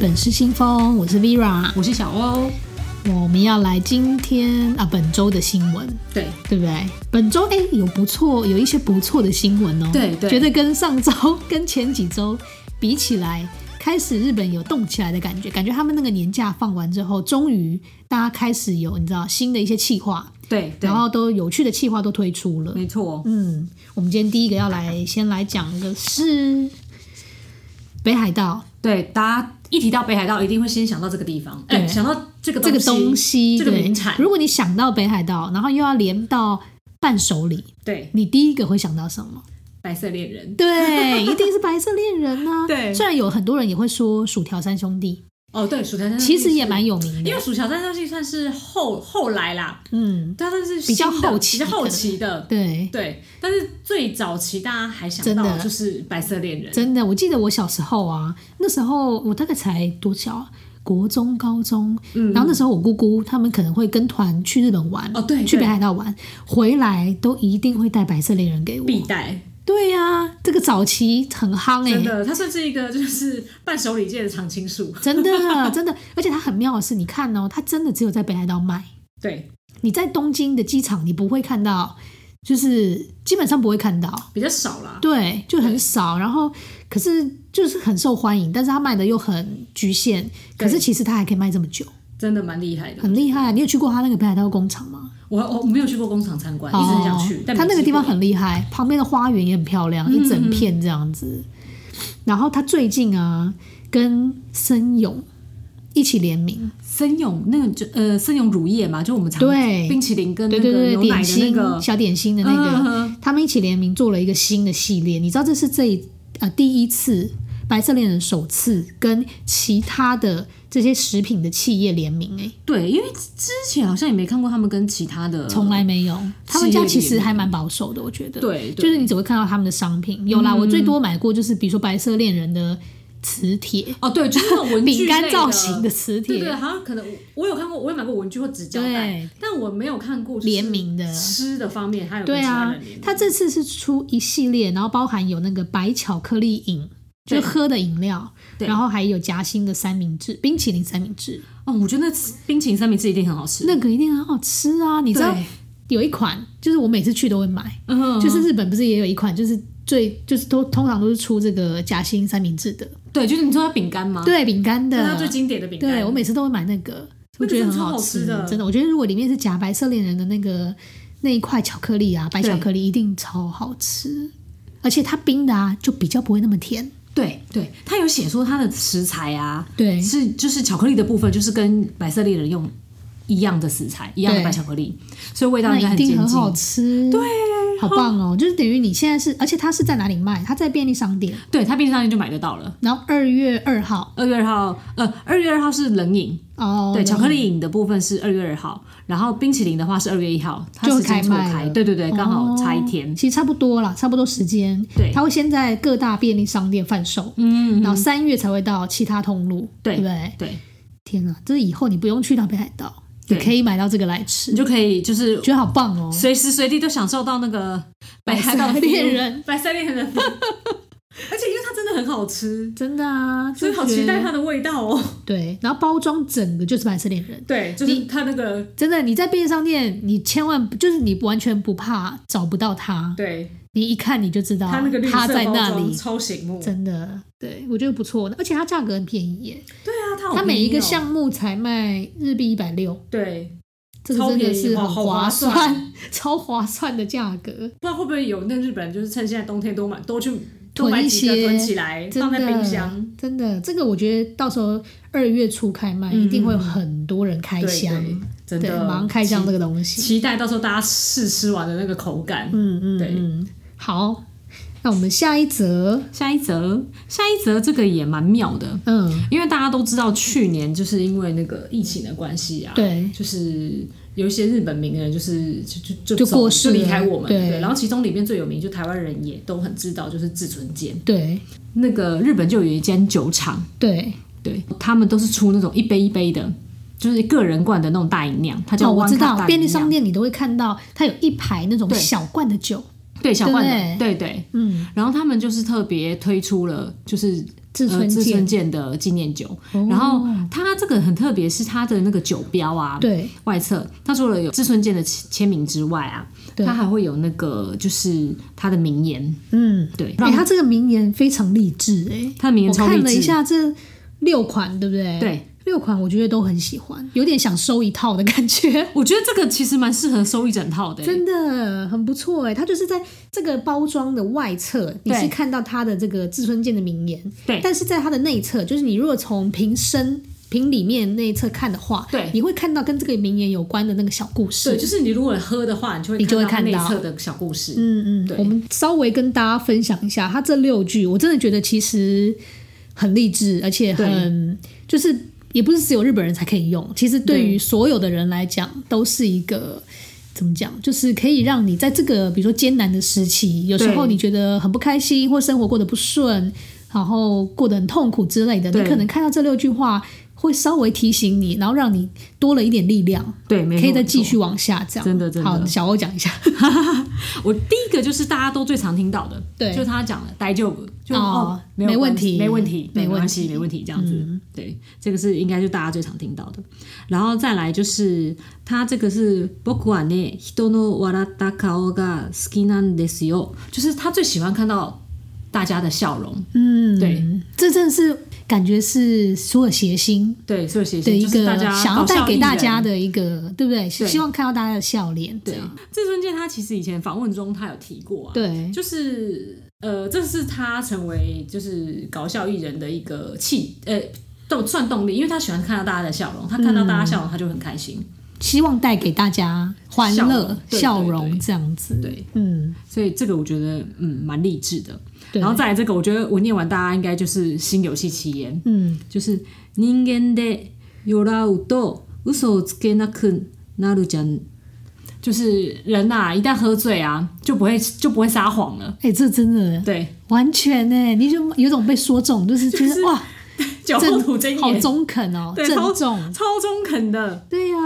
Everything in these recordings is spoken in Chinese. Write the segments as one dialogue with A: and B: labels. A: 本失心疯，我是 Vera，
B: 我是小欧。
A: 我们要来今天啊本周的新闻，
B: 对
A: 对不对？本周哎有不错，有一些不错的新闻哦。
B: 对对
A: 觉得跟上周跟前几周比起来，开始日本有动起来的感觉，感觉他们那个年假放完之后，终于大家开始有你知道新的一些企划，
B: 对对
A: 然，后都有趣的企划都推出了。
B: 没错，
A: 嗯，我们今天第一个要来先来讲的是北海道
B: 对，大家一提到北海道，一定会先想到这个地方，
A: 对
B: 哎，想到这个
A: 这个东
B: 西，
A: 西，
B: 这个
A: 对
B: 名产
A: 如果你想到北海道，然后又要连到伴手礼，
B: 对，
A: 你第一个会想到什么？
B: 白色恋 人，
A: 对，一定是白色恋人 呐、
B: 对
A: 虽然有很多人也会说薯条三兄弟，
B: 哦，对，薯条三兄弟
A: 其实也
B: 是
A: 蛮有名
B: 因
A: 的
B: 为。薯条三兄弟算是后后来啦，
A: 嗯，
B: 但它是
A: 比较
B: 新的
A: 后期
B: 比较后
A: 的
B: 期的，
A: 对，
B: 对，但是最早期大家还想
A: 真的
B: 到就是白色恋人，
A: 真的，我记得我小时候啊，那时候我大概才多小啊，国中、高中，
B: 嗯
A: 然后那时候我姑姑他们可能会跟团去日本玩，
B: 哦对
A: 去
B: 对
A: 北海道玩，回来都一定会带白色恋人给我。
B: 必带，
A: 对呀、这个早期很夯哎、
B: 真的，它算是一个就是伴手礼界的常青树，
A: 真的 真的，而且它很妙的是，你看哦，它真的只有在北海道卖。
B: 对，
A: 你在东京的机场，你不会看到，就是基本上不会看到，
B: 比较少啦，
A: 对，就很少。然后，可是就是很受欢迎，但是它卖的又很局限。可是
B: 对
A: 其实它还可以卖这么久，
B: 真的蛮厉害的。
A: 很厉害、你有去过它那个北海道工厂吗？
B: 我我没有去过工厂参啊观，一直很想去，嗯但
A: 哦它那个地方
B: 没机会
A: 很厉害，旁边的花园也很漂亮，一整片这样子。然后它最近啊，跟森永一起联名，
B: 森永那个就呃森永乳业嘛，就我们常
A: 对
B: 冰淇淋跟那
A: 对对
B: 个
A: 对，
B: 牛
A: 点
B: 奶的那
A: 心、
B: 个
A: 小点心的那个，
B: 嗯嗯
A: 他们一起联名做了一个新的系列。你知道这是这一呃第一次白色恋人首次跟其他的这些食品的企业联名、欸，
B: 对，因为之前好像也没看过他们跟其他的
A: 从来没有。他们
B: 企业
A: 家其实
B: 联名
A: 还蛮保守的，我觉得。
B: 对
A: 就是
B: 对
A: 你只会看到他们的商品。有啦，我最多买过就是比如说白色恋人的磁铁。
B: 哦对，就是那种文具
A: 饼干
B: 类
A: 造型的磁铁
B: 对对，好像可能我我有看过，我有买过文具或纸胶
A: 对
B: 带，但我没有看过就是
A: 联名的
B: 吃的方面，还有跟
A: 对
B: 其他
A: 啊
B: 人联，名
A: 它这次是出一系列，然后包含有那个白巧克力饮，就是
B: 对
A: 喝的饮料，
B: 对
A: 然后还有夹心的三明治、冰淇淋三明治，
B: 哦，我觉得那冰淇淋三明治一定很好吃，
A: 那个一定很好吃啊！你知道
B: 对
A: 有一款，就是我每次去都会买，
B: 嗯
A: 就是日本不是也有一款，就是最就是都通常都是出这个夹心三明治的，
B: 对，就是你说它饼干吗？
A: 对饼干
B: 嗯就是它
A: 的，
B: 最经典的饼干，
A: 对我每次都会买那个，我
B: 那个
A: 觉得
B: 真的
A: 很
B: 超好
A: 吃
B: 吃的
A: 真的。我觉得如果里面是夹白色恋人的那个那一块巧克力啊，白巧克力一定超好吃，而且它冰的啊就比较不会那么甜。
B: 对对，他有写说它的食材啊，
A: 对
B: 是就是巧克力的部分，就是跟白色恋人用一样的食材，一样的白巧克力，所以味道
A: 那
B: 应该
A: 一
B: 很接
A: 定
B: 近。
A: 很好吃，对，好棒哦！就是等于你现在是，而且它是在哪里卖？它在便利商店。
B: 对，它便利商店就买得到了。
A: 然后二月二号
B: 二月二号，呃，二月二号是冷饮，
A: 哦，
B: 对，巧
A: 力
B: 克力饮的部分是二月二号，然后冰淇淋的话是二月一号，它
A: 就
B: 时间
A: 开
B: 错
A: 卖
B: 开，
A: 了哦
B: 对对对，刚好差一天。
A: 其实差不多啦，差不多时间。
B: 对
A: 它会先在各大便利商店贩售，
B: 嗯，
A: 然后三月才会到其他通路，
B: 对
A: 不对？
B: 对，
A: 天啊，这以后你不用去到北海道，你
B: 对
A: 可以买到这个来吃
B: 你，就可以就是
A: 觉得好棒哦！
B: 随时随地都享受到那个白海道的
A: 白色恋
B: feel
A: 人，
B: 白色恋人的 feel，而且因为它真的很好吃，
A: 真的啊，
B: 所以好
A: 就觉
B: 期
A: 得
B: 待它的味道哦。
A: 对，然后包装整个就是白色恋人，
B: 对，就是它那个
A: 真的，你在便利商店，你千万就是你完全不怕找不到它，
B: 对
A: 你一看你就知道
B: 哦它那个绿色
A: 它在
B: 包
A: 那
B: 装
A: 里，
B: 超醒目。对
A: 真的，对我觉得不错，而且它价格很便宜耶，
B: 啊，它好
A: 它每一个
B: 便宜哦
A: 项目才卖日币一百六，
B: 对，
A: 这个真的是
B: 超便
A: 很
B: 宜哇好划
A: 算，
B: 算
A: 超划算的价格。
B: 不知道会不会有那日本人就是趁现在冬天多买多去多
A: 囤
B: 买
A: 一
B: 几个
A: 些
B: 囤起来，
A: 真
B: 放在
A: 的
B: 冰箱。
A: 真的，这个我觉得到时候二月初开卖，一定会有很多人开
B: 对
A: 箱，
B: 嗯对，真
A: 对，
B: 的
A: 马上开箱这
B: 期
A: 个东西。
B: 期待到时候大家试吃完的那个口感。
A: 嗯嗯，
B: 对
A: 嗯，好，那我们下一则，
B: 下一则，下一则这个也蛮妙的，
A: 嗯，
B: 因为大家都知道去年就是因为那个疫情的关系啊，
A: 对，
B: 就是有一些日本名人就是就就
A: 就
B: 就走
A: 过世
B: 就
A: 了
B: 离开我们，
A: 对
B: 然后其中里面最有名，就台湾人也都很知道，就是志村健。
A: 对
B: 那个日本就有一间酒厂，
A: 对，
B: 对他们都是出那种一杯一杯的，就是个人罐的那种大饮料，它叫、
A: 哦，我知道，便利商
B: 店
A: 店你都会看到它有一排那种
B: 对
A: 小罐的酒，
B: 对小罐的，对对。
A: 嗯，
B: 然后他们就是特别推出了，就是
A: 志
B: 呃
A: 村
B: 志
A: 健
B: 村健的纪念酒。
A: 哦
B: 然后它这个很特别，是它的那个酒标啊，
A: 对
B: 外侧它除了有志村健的签签名之外啊，
A: 对
B: 它还会有那个就是它的名言，
A: 嗯，
B: 对，
A: 哎、他这个名言非常励志哎、
B: 它的名言
A: 我
B: 超
A: 看
B: 励
A: 了一
B: 志，
A: 下这六款，对不对？，
B: 对。
A: 六款我觉得都很喜欢，有点想收一套的感觉，
B: 我觉得这个其实蛮适合收一整套的、
A: 真的很不错哎、它就是在这个包装的外侧，你
B: 对
A: 是看到它的这个志村健的名言，
B: 对
A: 但是在它的内侧，就是你如果从瓶身瓶里面那一侧看的话，
B: 对
A: 你会看到跟这个名言有关的那个小故事。
B: 对，就是你如果喝的话，你就会
A: 你就会
B: 它
A: 看
B: 内
A: 到
B: 侧的小故事。
A: 嗯嗯，
B: 对
A: 我们稍微跟大家分享一下，他这六句，我真的觉得其实很励志，而且很就是也不是只有日本人才可以用，其实对于所有的人来讲，都是一个。怎么讲？就是可以让你在这个比如说艰难的时期，有时候
B: 对
A: 你觉得很不开心，或生活过得不顺，然后过得很痛苦之类的，你
B: 对
A: 可能看到这六句话，会稍微提醒你，然后让你多了一点力量，
B: 对，没
A: 可以再
B: 错
A: 继续往下这样。
B: 真的真的
A: 好，小欧讲一 下。
B: 我第一个就是大家都最常听到的，
A: 对
B: 就是他讲的“呆就就
A: 哦
B: 哦，没有
A: 没问题
B: 关系没问题，
A: 没问题
B: 对
A: 嗯
B: 没关系，没问题，这样子，对，这个是应该就大家最常听到的。然后再来就是他这个是“僕はね人の笑った顔が好きなんですよ”，就是他最喜欢看到大家的笑容，
A: 嗯，
B: 对，
A: 这真的是感觉是所有谐星
B: 对，所以写
A: 的一
B: 就是大
A: 个
B: 家
A: 想要
B: 搞笑
A: 带给
B: 艺
A: 大
B: 人
A: 家的一个，对不对？
B: 对
A: 希望看到大家的笑脸，这
B: 对
A: 样，
B: 志尊健他其实以前访问中他有提过啊，
A: 对，
B: 就是呃，这是他成为就是搞笑艺人的一个气呃动算动力，因为他喜欢看到大家的笑容，他看到
A: 嗯
B: 大家笑容他就很开心，
A: 希望带给大家欢
B: 笑
A: 乐
B: 容、对
A: 笑
B: 对
A: 容
B: 对
A: 这样子。
B: 对，
A: 嗯，
B: 所以这个我觉得嗯蛮励志的。
A: 对
B: 然后再来这个，我觉得我念完大家应该就是心有戚戚焉，
A: 嗯，
B: 就是人間で笑うと嘘をつけなくなるじゃん。就是人呐、一旦喝醉啊，就不会就不会撒谎了。
A: 哎，这真的
B: 对，
A: 完全哎，你就有种被说中，就是觉得哇，
B: 酒后吐真
A: 真好
B: 言，
A: 中肯哦，
B: 对
A: 郑
B: 超
A: 重，
B: 超中肯的。
A: 对呀，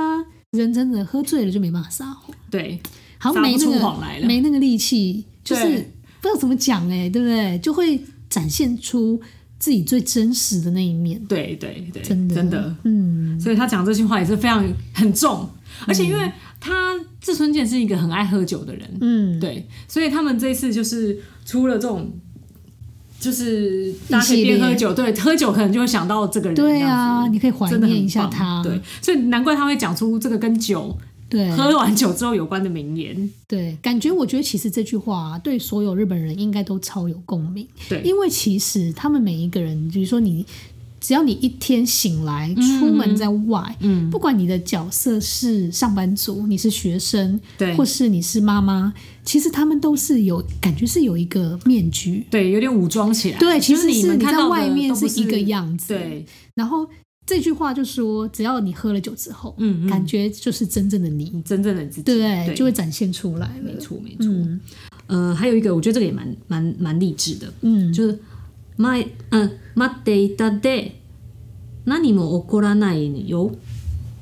A: 人真的喝醉了就没办法撒谎，
B: 对，
A: 好像
B: 撒不
A: 没那
B: 出
A: 个
B: 谎来了
A: 没那个力气，就是
B: 对
A: 不知道怎么讲哎、对不对？就会展现出自己最真实的那一面，
B: 对对对，
A: 真的
B: 真的。
A: 嗯，
B: 所以他讲这句话也是非常很重，而且因为他志村健是一个很爱喝酒的人，
A: 嗯，
B: 对，所以他们这次就是出了这种。就是大家可以边喝酒，对，喝酒可能就会想到这个人，
A: 对
B: 这
A: 啊，
B: 样子
A: 你可以怀
B: 真的很
A: 念一下
B: 棒
A: 他，
B: 对，所以难怪他会讲出这个跟酒
A: 对
B: 喝完酒之后有关的名言，
A: 对，感觉我觉得其实这句话、啊、对所有日本人应该都超有共鸣，
B: 对，
A: 因为其实他们每一个人，比如说你，只要你一天醒来，出门在外，
B: 嗯，
A: 不管你的角色是上班族，你是学生，
B: 对
A: 或，是你是妈妈，其实他们都是有感觉是有一个面具。
B: 对，有点武装起来，
A: 对，其
B: 就
A: 实
B: 你
A: 是
B: 们
A: 你
B: 看
A: 在
B: 到的
A: 外面
B: 都不
A: 是
B: 是
A: 一个，样子。，
B: 对，
A: 然后这句话就说，只要你喝了酒之后，
B: 嗯嗯
A: 感觉就是真正的你，
B: 你真正的自己，
A: 对不对？
B: 对
A: 就会展现出来
B: 没
A: 了。
B: 错没错。
A: 嗯
B: 呃，还有一个，我觉得这个也蛮蛮蛮励志的，
A: 嗯，
B: 就是待嗯待っていたで何も起こらないよ。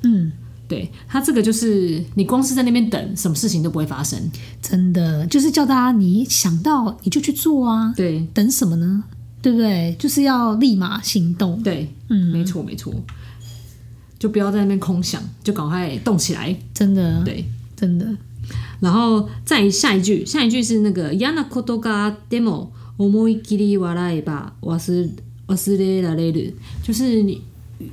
A: 嗯，
B: 对他这个就是你光是在那边等，什么事情都不会发生。
A: 真的就是叫大家，你想到你就去做啊，
B: 对
A: 等什么呢？对不对？就是要立马行动。
B: 对，
A: 嗯，
B: 没错没错，就不要在那边空想，就赶快动起来。
A: 真的，
B: 对，
A: 真的，
B: 然后再下一句，下一句是那个嫌なことがあっても思い切り笑えば忘忘れられる，就是你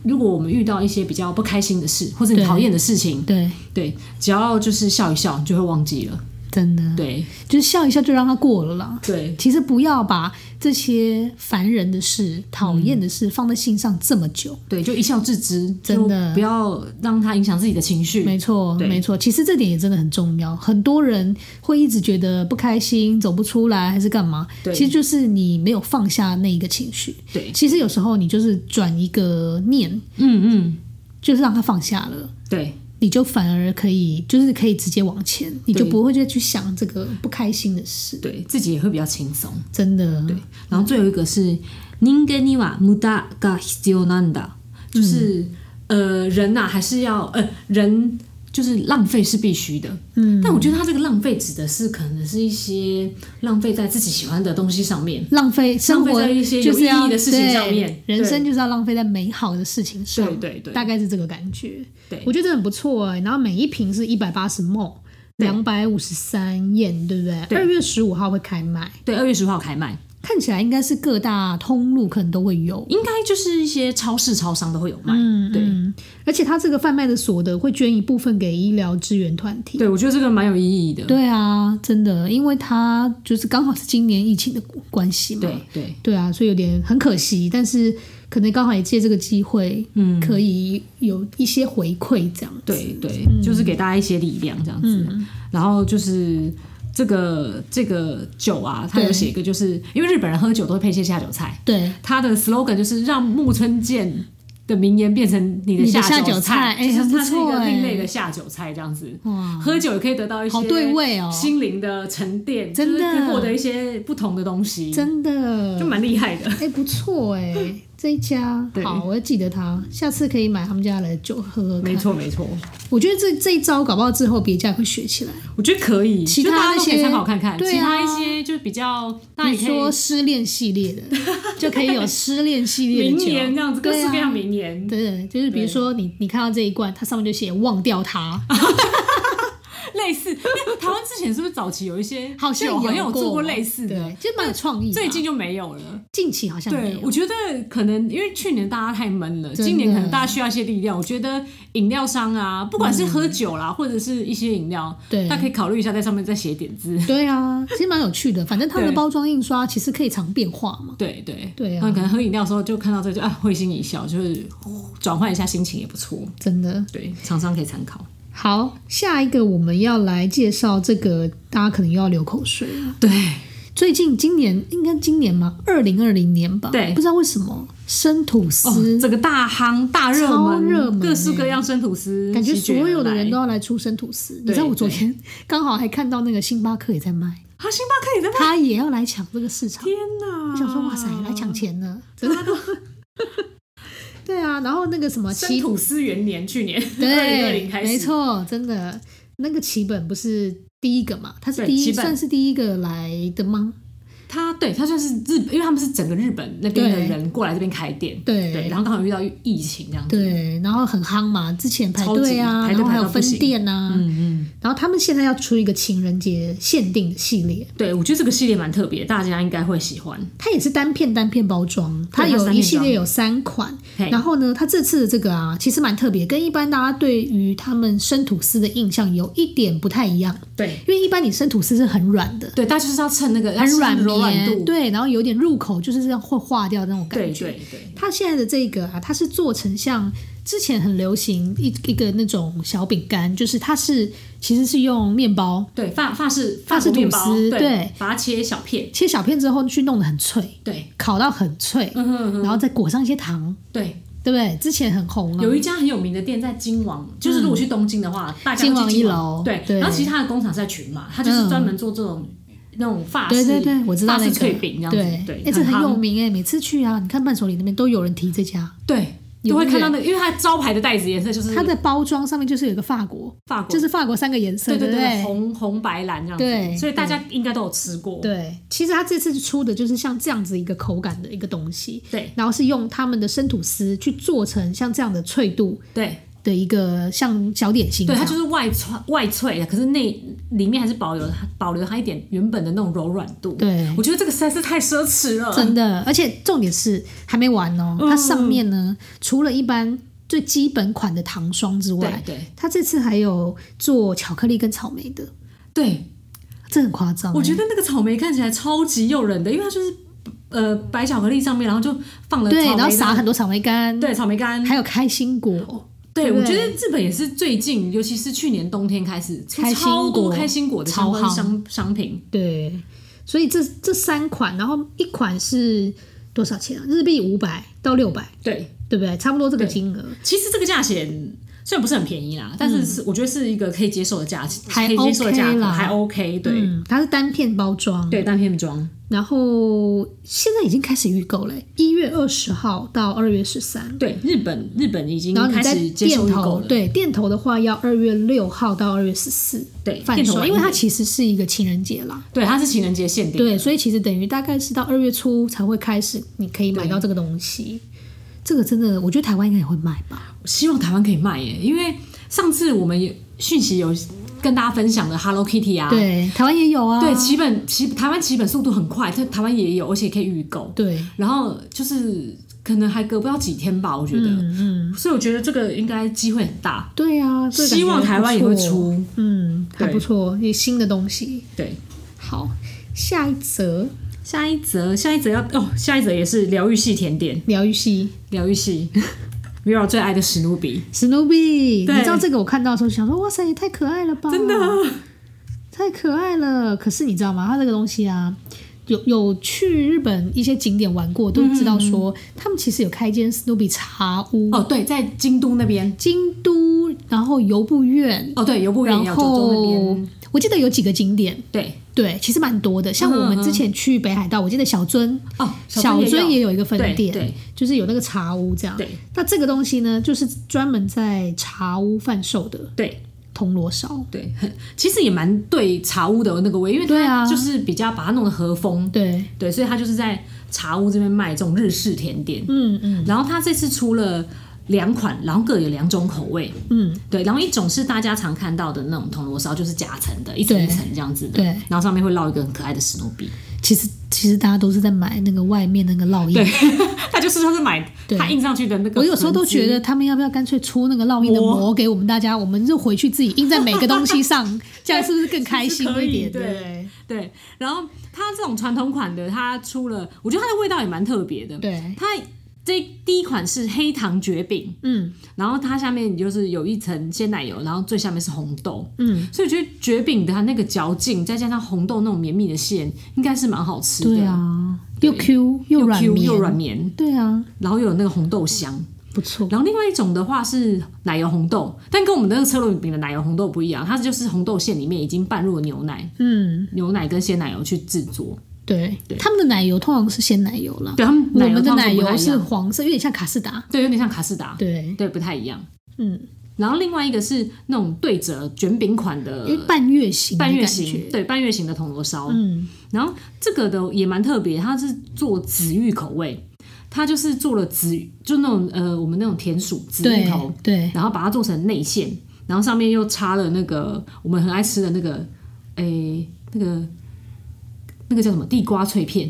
B: 如果我们遇到一些比较不开心的事或者你
A: 对
B: 讨厌的事情，
A: 对，
B: 对，只要就是笑一笑，你就会忘记了。
A: 真的，
B: 对
A: 就是笑一笑就让它过了啦。
B: 对
A: 其实不要把这些烦人的事、讨厌的事放在心上这么久。
B: 对，就一笑置之，
A: 真的
B: 就不要让它影响自己的情绪。
A: 没错，
B: 嗯对
A: 没错。其实这点也真的很重要。很多人会一直觉得不开心、走不出来，还是干嘛？
B: 对
A: 其实就是你没有放下那一个情绪。
B: 对，
A: 其实有时候你就是转一个念，
B: 嗯嗯，
A: 就是让它放下了。
B: 对
A: 你就反而可以，就是可以直接往前，你就
B: 对
A: 不会再去想这个不开心的事，
B: 对，自己也会比较轻松。
A: 真的。对，
B: 然后最后一个是人間には無駄
A: 嗯
B: が必要なんだ，就是、呃人呐、还是要呃人就是浪费是必须的，嗯，但我觉得他这个浪费指的是可能是一些浪费在自己喜欢的东西上面，
A: 浪费生
B: 浪费
A: 活
B: 在一些
A: 就
B: 有
A: 是
B: 意
A: 要
B: 义的事情上面，
A: 对人生就是要浪费在美好的事情上，
B: 对对对
A: 大概是这个感觉。
B: 对
A: 我觉得这很不错哎、然后每一瓶是一百八十 ml，两百五十三燕，对不对？
B: 对
A: 二月十五号会开卖，
B: 对，二月十号开卖，
A: 看起来应该是各大通路可能都会有。
B: 应该就是一些超市、超商都会有卖，
A: 嗯，
B: 对
A: 嗯而且它这个贩卖的所得会捐一部分给医疗支援团体。
B: 对，我觉得这个蛮有意义的，
A: 对啊，真的，因为它就是刚好是今年疫情的关系嘛。
B: 对对
A: 对啊，所以有点很可惜，但是可能刚好也借这个机会，嗯，可以有一些回馈这样子。
B: 对对，
A: 嗯
B: 就是给大家一些力量这样子。然后就是这个这个酒啊，它有
A: 对
B: 写一个，就是因为日本人喝酒都会配一些下酒菜，
A: 对
B: 它的 slogan 就是让木村健的名言变成你的
A: 你的下酒
B: 酒
A: 菜哎
B: 就是
A: 很不
B: 它是一
A: 错
B: 个
A: 哎
B: 另类的下酒菜这样子。
A: 哇，
B: 喝酒也可以得到一些
A: 好对味哦
B: 心灵的沉淀，
A: 真的
B: 就是可以获得一些不同的东西，
A: 真的
B: 就，蛮厉害的。
A: 哎、不错哎、这一家
B: 对
A: 好，我要记得它，下次可以买他们家的酒喝喝
B: 没
A: 看。
B: 错没错，
A: 我觉得这这一招搞不好之后别家也会学起来，
B: 我觉得可以，
A: 其
B: 就
A: 他
B: 大家
A: 那
B: 都可以
A: 些
B: 参考看看。
A: 对啊
B: 其他一些就比较，那
A: 比
B: 你
A: 如
B: 可以
A: 说失恋系列 的，就可以有失恋系列
B: 名
A: 的酒。
B: 言这样子，各
A: 对
B: 式
A: 啊
B: 各样名言，
A: 对对，就是比如说你你看到这一罐，它上面就写忘掉它，
B: 类似。那 台湾之前是不是早期有一些
A: 好像
B: 有
A: 有
B: 好像有做过
A: 过
B: 类似的
A: 对，，就蛮有创意的啊。
B: 最近就没有了。
A: 近期好像没
B: 对，
A: 有
B: 我。觉得可能因为去年大家太闷了，
A: 真的
B: 今年可能大家需要一些力量。我觉得饮料商啊，不管是喝酒啦，或者是一些饮料，
A: 嗯对
B: 大家可以考虑一下，在上面再写点字。
A: 对啊，其实蛮有趣的。反正他们的
B: 对
A: 包装印刷其实可以常变化嘛。
B: 对对
A: 对啊
B: 那可能喝饮料的时候就看到这个就啊会心一笑，就是哦转换一下心情也不错。
A: 真的
B: 对，厂商可以参考。
A: 好，下一个我们要来介绍这个，大家可能又要流口水了。
B: 对，
A: 最近今年应该今年嘛，二零二零年吧，
B: 对
A: 不知道为什么生吐
B: 哦
A: 司，，
B: 这个大夯大热
A: 超
B: 门，欸
A: 热门
B: 各式各样生吐司，
A: 感觉所有的人
B: 席卷而来
A: 都。要来出生吐司。你
B: 对
A: 知道我昨
B: 对
A: 天刚好还看到那个星巴克也在卖，
B: 啊，星巴克也在啊卖！
A: 他也要来抢这个市场。
B: 天哪！
A: 我想说，哇塞，来
B: 嗯
A: 抢钱 呢，真的。 对啊，然后那个什么
B: 生
A: 奇
B: 吐司元年，去年二零二
A: 对
B: 零，开始，
A: 没错，真的，那个奇本不是第一个嘛？他是
B: 对
A: 第一，
B: 奇本
A: 算是第一个来的吗？
B: 他对他算是日，因为他们是整个日本那边的人过来这边开店，
A: 对
B: 对，然后刚好遇到疫情这样子，
A: 对，然后很夯嘛，之前排
B: 超级
A: 队啊，
B: 排队
A: 然后还
B: 排到
A: 有分
B: 不行
A: 店啊，
B: 嗯嗯，
A: 然后他们现在要出一个情人节限定的系列，
B: 对我觉得这个系列蛮特别，大家应该会喜欢。
A: 它也是单片单片包装，它
B: 它是
A: 有
B: 单
A: 一
B: 片
A: 系列
B: 装
A: 有三款。
B: 嘿
A: 然后呢，它这次的这个啊，其实蛮特别，跟一般大家对于他们生吐司的印象有一点不太一样，
B: 对
A: 因为一般你生吐司是很软的，
B: 对，大家就是要趁那个
A: 很软
B: 要趁柔软
A: 绵，
B: 度，
A: 对，然后有点入口就是这样会化掉的那种感
B: 对
A: 觉。
B: 对对，
A: 它现在的这个啊，它是做成像之前很流行一一个那种小饼干，就是它是其实是用面包
B: 对法法式
A: 法式
B: 国面
A: 吐司
B: 包
A: 对
B: 对，把它切小片，
A: 切小片之后去弄得很脆，
B: 对，
A: 烤到很脆，
B: 嗯哼哼，
A: 然后再裹上一些糖，
B: 对，
A: 对不对？之前很红啊，
B: 有一家很有名的店在金王，就是如果去东京的话，大家都去
A: 嗯金
B: 金
A: 王一楼
B: 对，
A: 对嗯
B: 然后其实它的工厂是在群马，它就是专门做这种、那种法
A: 对
B: 式，
A: 对对，我知道
B: 法
A: 那
B: 式
A: 个
B: 脆饼这样子，
A: 对，
B: 对，
A: 哎，这很
B: 夯
A: 有，名哎，每次去啊，你看伴手礼那边都有人提这家，
B: 对，
A: 有
B: 都会看到
A: 对
B: 那个，因为它招牌的袋子颜色就是
A: 它的包装上面就是有一个法国，
B: 法国，
A: 就是法国三个颜色，
B: 对
A: 对
B: 对
A: 不
B: 对，红红白蓝这样子，
A: 对
B: 所以大家应该都有吃过，
A: 对，其实它这次出的就是像这样子一个口感的一个东西，
B: 对
A: 然后是用他们的生吐司去做成像这样的脆度
B: 对
A: 的一个像小点心这
B: 对，
A: 样，
B: 它就是外脆外脆的，可是内里面还是保留保留它一点原本的那种柔软度，，
A: 对
B: 我觉得这个实在是太奢侈了，
A: 真的，而且重点是还没完哦，
B: 嗯
A: 它上面呢除了一般最基本款的糖霜之
B: 对
A: 外，
B: 对
A: 它这次还有做巧克力跟草莓的，
B: 对，
A: 这很夸张欸、
B: 我觉得那个草莓看起来超级诱人的，因为它就是呃白巧克力上面，然后就放了
A: 对，
B: 草莓
A: 然后撒
B: 干
A: 很多草莓干，
B: 对草莓干。
A: 还有开心果，
B: 对，
A: 对
B: 我觉得日本也是最近，尤其是去年冬天开始，出
A: 开心果
B: 超多开心果的相关
A: 超夯
B: 商商品，
A: 对，所以这这三款，然后一款是多少钱啊？日币五百到六百，
B: 对，
A: 对不对？差不多这个
B: 对
A: 金额。
B: 其实这个价钱虽然不是很便宜啦，但是是我觉得是一个可以接受的价钱，
A: 嗯还
B: 可以接受的价
A: OK
B: 格，
A: 啦
B: 还 OK。对、
A: 嗯，它是单片包装，
B: 对，单片装，
A: 然后现在已经开始预购了，欸一月二十号到二月十三。
B: 对日本日本已经
A: 然后你
B: 开
A: 在
B: 始接受
A: 店
B: 预购
A: 头，
B: 了，
A: 对店头的话要二月六号到二月十四
B: 对
A: 贩
B: 店头
A: 售，啊
B: 晚
A: 因
B: 一
A: 为它
B: 点
A: 其实是一个情人节啦。
B: 对它是情人节限定，
A: 对，所以其实等于大概是到二月初才会开始，你可以买到这个东西。这个真的，我觉得台湾应该也会卖吧。
B: 我希望台湾可以卖耶，因为上次我们也讯息有跟大家分享的 Hello Kitty 啊，
A: 对，台湾也有啊。
B: 对，起本起台湾起本速度很快，在台湾也有，而且可以预购，
A: 对，
B: 然后就是可能还隔不到几天吧，我觉得，
A: 嗯嗯，
B: 所以我觉得这个应该机会很大，
A: 对啊，这个感觉
B: 希望台湾也
A: 不
B: 会
A: 错。
B: 出，
A: 嗯，还
B: 对
A: 不错，也新的东西。
B: 对。
A: 好，下一则
B: 下一则，下一则要哦，下一则也是疗愈系甜点，
A: 疗愈系
B: 疗愈 系 Vera 最爱的史努比，
A: 史努比，你
B: 对
A: 知道这个我看到的时候想说，哇塞，也太可爱了吧！
B: 真的啊
A: 太可爱了。可是你知道吗？它这个东西啊，有有去日本一些景点玩过，都知
B: 嗯
A: 道说、他们其实有开一间史努比茶屋，
B: 哦，对，在京都那边，
A: 京都，然后游步院，
B: 哦，对，游步园也有
A: 然
B: 九州那
A: 后
B: 边，
A: 我记得有几个景点。
B: 对，
A: 对，其实蛮多的。像我们之前去北海道，我记得小樽，
B: 哦，
A: 小
B: 嗯樽
A: 樽也
B: 有
A: 有一个分
B: 对
A: 店，
B: 对
A: 就是有那个茶屋这样。
B: 对
A: 那这个东西呢，就是专门在茶屋贩售的
B: 对
A: 铜锣烧。
B: 对，很其实也蛮对茶屋的那个味，因为
A: 对啊
B: 它就是比较把它弄得和风，
A: 对，
B: 对，所以它就是在茶屋这边卖这种日式甜点，
A: 嗯嗯
B: 然后它这次出了两款，然后各有两种口味，
A: 嗯，
B: 对，然后一种是大家常看到的那种铜锣烧，就是夹层的，一层
A: 对
B: 一层这样子的，
A: 对
B: 然后上面会烙一个很可爱的史努比，
A: 其实其实大家都是在买那个外面那个烙
B: 对
A: 印。，
B: 它就是它是买
A: 对
B: 它印上去的那个，
A: 我有时候都觉得。他们要不要干脆出那个烙印的膜给我们大家，我们就回去自己印在每个东西 上，这样是不是更开心一点？
B: 是可以
A: 对
B: 对，然后它这种传统款的，它出了，我觉得它的味道也蛮特别的。
A: 对，
B: 它这第一款是黑糖蕨饼，
A: 嗯
B: 然后它下面就是有一层鲜奶油，然后最下面是红豆，
A: 嗯，
B: 所以我觉得蕨饼的它那个嚼劲，再加上红豆那种绵密的馅，应该是蛮好吃的。
A: 对，啊，又 Q
B: 又
A: 软
B: Q
A: 绵，
B: 又软绵，
A: 对啊，
B: 然后又有那个红豆香。
A: 不错。
B: 然后另外一种的话是奶油红豆，但跟我们那个车轮饼的奶油红豆不一样，它就是红豆馅里面已经拌入了牛奶，
A: 嗯，
B: 牛奶跟鲜奶油去制作。
A: 对，
B: 对
A: 他们的奶油通常是鲜奶油啦，
B: 对，他们
A: 我
B: 奶油
A: 们的
B: 通常
A: 奶
B: 不太
A: 油
B: 一
A: 是
B: 样
A: 黄色，有点像卡士达。
B: 对，有点像卡士达，
A: 对，
B: 对，不太一样。
A: 嗯，
B: 然后另外一个是那种对折卷饼款
A: 因为
B: 的
A: 半月形，
B: 半月形，，对，半月形的铜锣烧。
A: 嗯，
B: 然后这个的也蛮特别，它是做紫芋口味，它就是做了紫，就那种呃我们那种甜薯紫芋
A: 对
B: 头，
A: 对，
B: 然后把它做成内馅，然后上面又插了那个我们很爱吃的那个，诶，那个那个叫什么地瓜脆片，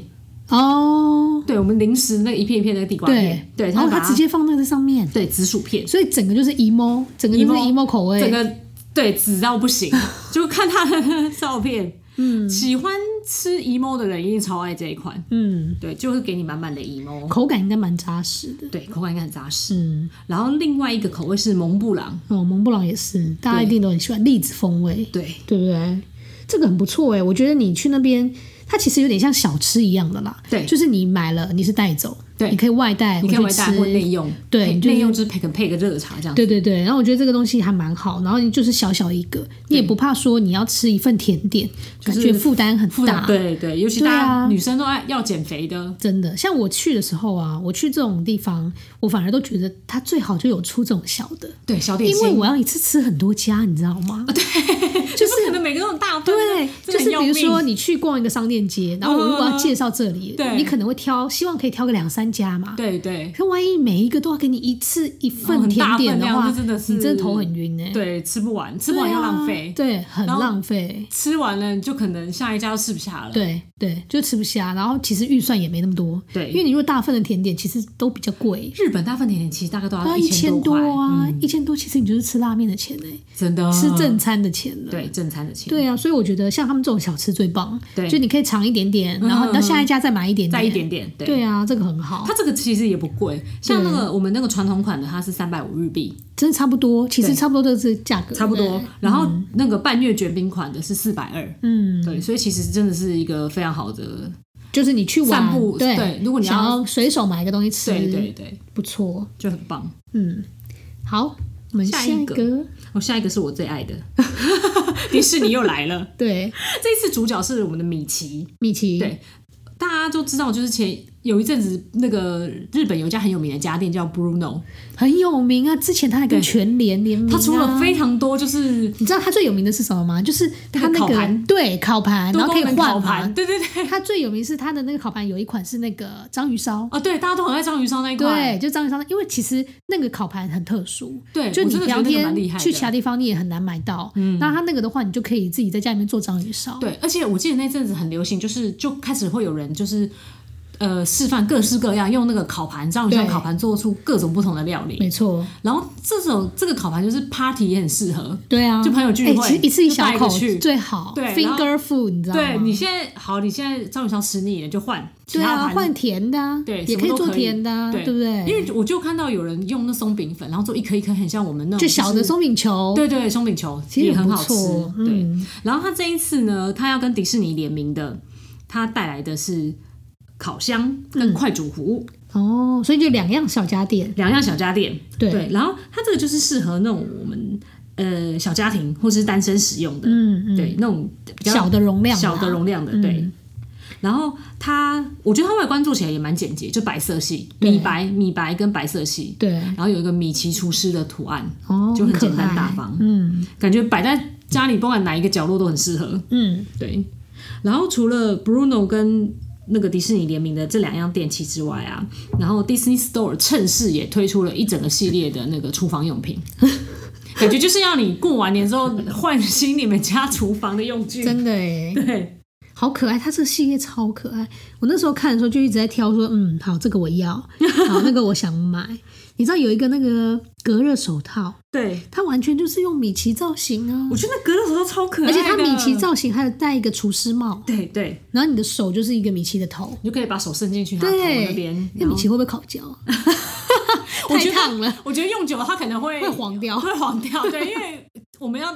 A: 哦，
B: 对我们零食那一片一片那个地瓜
A: 对
B: 片，对，
A: 然后
B: 把
A: 它
B: 它
A: 直接放那个在上面，
B: 对紫薯片，
A: 所以整个就是 emo，整个就是
B: emo
A: emo 口味，
B: 整个对紫到不行，就看它的 照片，嗯，喜欢吃 emo 的人一定超爱这一款，
A: 嗯，
B: 对，就会给你满满的 emo。
A: 口感应该蛮扎实的。
B: 对，口感应该很扎实。
A: 嗯，
B: 然后另外一个口味是蒙布朗，
A: 哦，蒙布朗也是，大家一定都很喜欢栗子风味，
B: 对
A: 对不对？这个很不错哎，我觉得你去那边，它其实有点像小吃一样的啦，
B: 对
A: 就是你买了你是带走，
B: 对
A: 你可以外带，
B: 你可以
A: 回
B: 外
A: 去
B: 带
A: 吃
B: 或内用，
A: 对
B: 配
A: 就是
B: 内用就是配个配个热茶这样子。
A: 对对对，然后我觉得这个东西还蛮好，然后你就是小小一个，你也不怕说你要吃一份甜点，
B: 就是
A: 感觉负担很
B: 负
A: 大。
B: 担对对，尤其
A: 对啊
B: 大家女生都爱要减肥的，
A: 真的，像我去的时候啊，我去这种地方，我反而都觉得它最好就有出这种小的，
B: 对小点
A: 因
B: 心，
A: 为我要一次吃很多家，你知道吗？
B: 就是可能每个都很大份
A: 对，
B: 啊真的
A: 就是
B: 要
A: 比如
B: 命
A: 说你去逛一个商店街，然后我如果要介绍这里，
B: 嗯对
A: 你可能会挑，希望可以挑个两三家嘛。
B: 对对
A: 可万一每一个都要给你一次一
B: 哦
A: 份
B: 很
A: 甜
B: 大
A: 点
B: 份
A: 的
B: 量
A: 话，
B: 这真的是
A: 你真的头很晕哎、
B: 对，吃不完，吃不完又浪费，
A: 对啊，对，很
B: 然后
A: 浪费。
B: 吃完了你就可能下一家都吃不下了。
A: 对对，就吃不下，然后其实预算也没那么多，
B: 对
A: 因为你如果大份的甜点其实都比较贵，
B: 日本大份甜点其实大概都
A: 都要
B: 要
A: 一
B: 千
A: 千多
B: 块，
A: 啊
B: 嗯，
A: 一千多其实你就是吃拉面的钱哎、
B: 真的
A: 吃正餐的钱了。
B: 对正餐的钱，
A: 对啊，所以我觉得像他们这种小吃最棒，
B: 对嗯
A: 就你可以尝一点点，然后你到下一家再买一点点，
B: 再一点点，对
A: 对啊，这个很好
B: 它，这个其实也不贵，像那
A: 嗯
B: 个我们那个传统款的，它是三百五日币，
A: 真的差不多，其实
B: 对
A: 差不多都是价格，
B: 差不多
A: 对。
B: 然后那个半月卷饼款的是四百二，
A: 嗯，
B: 对，所以其实真的是一个非常好的，
A: 就是你去玩，
B: 散步
A: 对，
B: 对如果你要
A: 想要随手买一个东西吃，
B: 对对对，
A: 不错，
B: 就很棒。
A: 嗯，好，我们
B: 下
A: 一
B: 一个哦，下一个是我最爱的， 迪士尼又来了。
A: 对
B: 这次主角是我们的米奇，
A: 米奇，
B: 对大家都知道，就是前有一阵子那个日本有一家很有名的家店叫 Bruno，
A: 很有名啊。之前他还跟
B: 对
A: 全联联名、啊，
B: 他出了非常多就是
A: 你知道他最有名的是什么吗？就是他那
B: 那个烤
A: 个
B: 盘
A: 对烤盘，然
B: 多
A: 后可
B: 功
A: 以
B: 能
A: 换
B: 烤
A: 嘛
B: 盘，。对 对对，
A: 他最有名是他的那个烤盘有一款是那个章鱼烧，
B: 哦对，大家都很爱章鱼烧那一
A: 对，
B: 块，
A: 就章鱼烧，因为其实那个烤盘很特殊，
B: 对，
A: 就
B: 我
A: 你
B: 真的觉
A: 聊
B: 得那个蛮厉
A: 天
B: 害
A: 去其他
B: 的。
A: 地方你也很难买到。嗯，那他那个的话，你就可以自己在家里面做章鱼烧。
B: 对，而且我记得那阵子很流行，就是就开始会有人就是。呃，示范各式各样，用那个烤盘，章鱼烧
A: 对
B: 烤盘做出各种不同的料理。
A: 没错，
B: 然后这种这个烤盘就是 party 也很适合，
A: 对啊，
B: 就朋友聚会
A: 哎其实一次一
B: 就带
A: 小
B: 一个
A: 口
B: 去
A: 最好。
B: 对然后
A: finger food，你知道吗？
B: 对你现在好，你现在章鱼烧吃腻了就换其
A: 对
B: 他的
A: 啊，
B: 盘子
A: 换甜的啊，
B: 对
A: 也
B: 什么
A: 可以
B: 都
A: 做
B: 可以
A: 甜的啊，
B: 对
A: 对不对？
B: 因为我就看到有人用那松饼粉，然后做一颗一颗，很像我们那种
A: 就小的
B: 是
A: 松饼球，
B: 对对松饼球，
A: 其实
B: 也
A: 也
B: 很
A: 不
B: 好吃。
A: 错
B: 对，
A: 嗯
B: 然后他这一次呢，他要跟迪士尼联名的，他带来的是烤箱跟快煮壶、
A: 哦，所以就两样小家电，
B: 两样小家电。
A: 对
B: 然后它这个就是适合那种我们呃小家庭或是单身使用的，
A: 嗯嗯，
B: 对那种比较
A: 小的容量啊，
B: 小的容量的，对。然后它，我觉得它外观做起来也蛮简洁，就白色系、
A: 对
B: 米白、米白跟白色系，
A: 对，
B: 然后有一个米奇厨师的图案，
A: 哦，
B: 就很
A: 可
B: 简单
A: 爱
B: 大方
A: 嗯
B: 感觉摆在家里，不管哪一个角落都很适合。
A: 嗯，
B: 对，然后除了 Bruno 跟那个迪士尼联名的这两样电器之外啊，然后 Disney Store 趁势也推出了一整个系列的那个厨房用品， 感觉就是要你过完年之后换新你们家厨房的用具。
A: 真的哎，
B: 对，
A: 好可爱，它这个系列超可爱。我那时候看的时候就一直在挑说，嗯，好，这个我 要，好，那个我想买。你知道有一个那个隔热手套，
B: 对，
A: 它完全就是用米奇造型啊
B: 我，觉得那隔热手套超可爱
A: 而
B: 的，
A: 且它米奇造型还有戴一个厨师帽，
B: 对对，
A: 然后你的手就是一个米奇的头。
B: 你就可以把手伸进去他头那
A: 对
B: 边，，
A: 那
B: 然
A: 米
B: 后
A: 奇会不会烤 焦啊？
B: 我觉
A: 太
B: 得
A: 烫了，
B: 我觉得用久了它可 能会
A: 会黄掉。
B: 会黄掉，对，因为我们要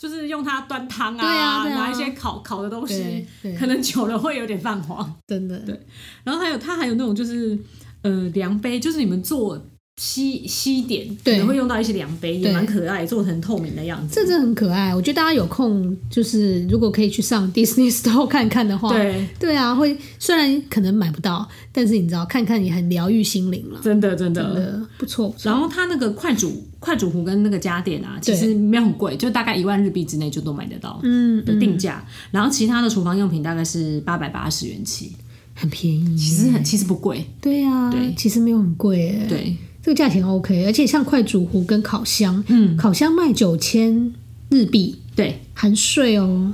B: 就是用它端汤啊，
A: 对啊对啊
B: 拿一些烤烤的东西
A: 对，对
B: 可能久了会有点泛黄。
A: 真的，
B: 对然后还有它还有那种就是呃量杯，就是你们做西西点可
A: 对
B: 能会用到一些量杯，也
A: 对
B: 蛮可爱，做成透明的样子。
A: 这真的很可爱。我觉得大家有空，就是如果可以去上 Disney Store 看看的话，
B: 对，
A: 对啊，会虽然可能买不到，但是你知道看看也很疗愈心灵了，
B: 真的真的。
A: 真的不错。不错
B: 然后它那个快煮快煮壶跟那个家电啊，其
A: 对
B: 实没有很贵，就大概一万日币之内就都买得到
A: 嗯，
B: 的定价。然后其他的厨房用品大概是八百八十元起，
A: 很便宜。
B: 其实很其实不贵。
A: 对啊，
B: 对
A: 其实没有很贵耶，
B: 对，
A: 这个价钱 OK。而且像快煮壶跟烤箱，
B: 嗯，
A: 烤箱卖九千日币，
B: 对，
A: 含税哦，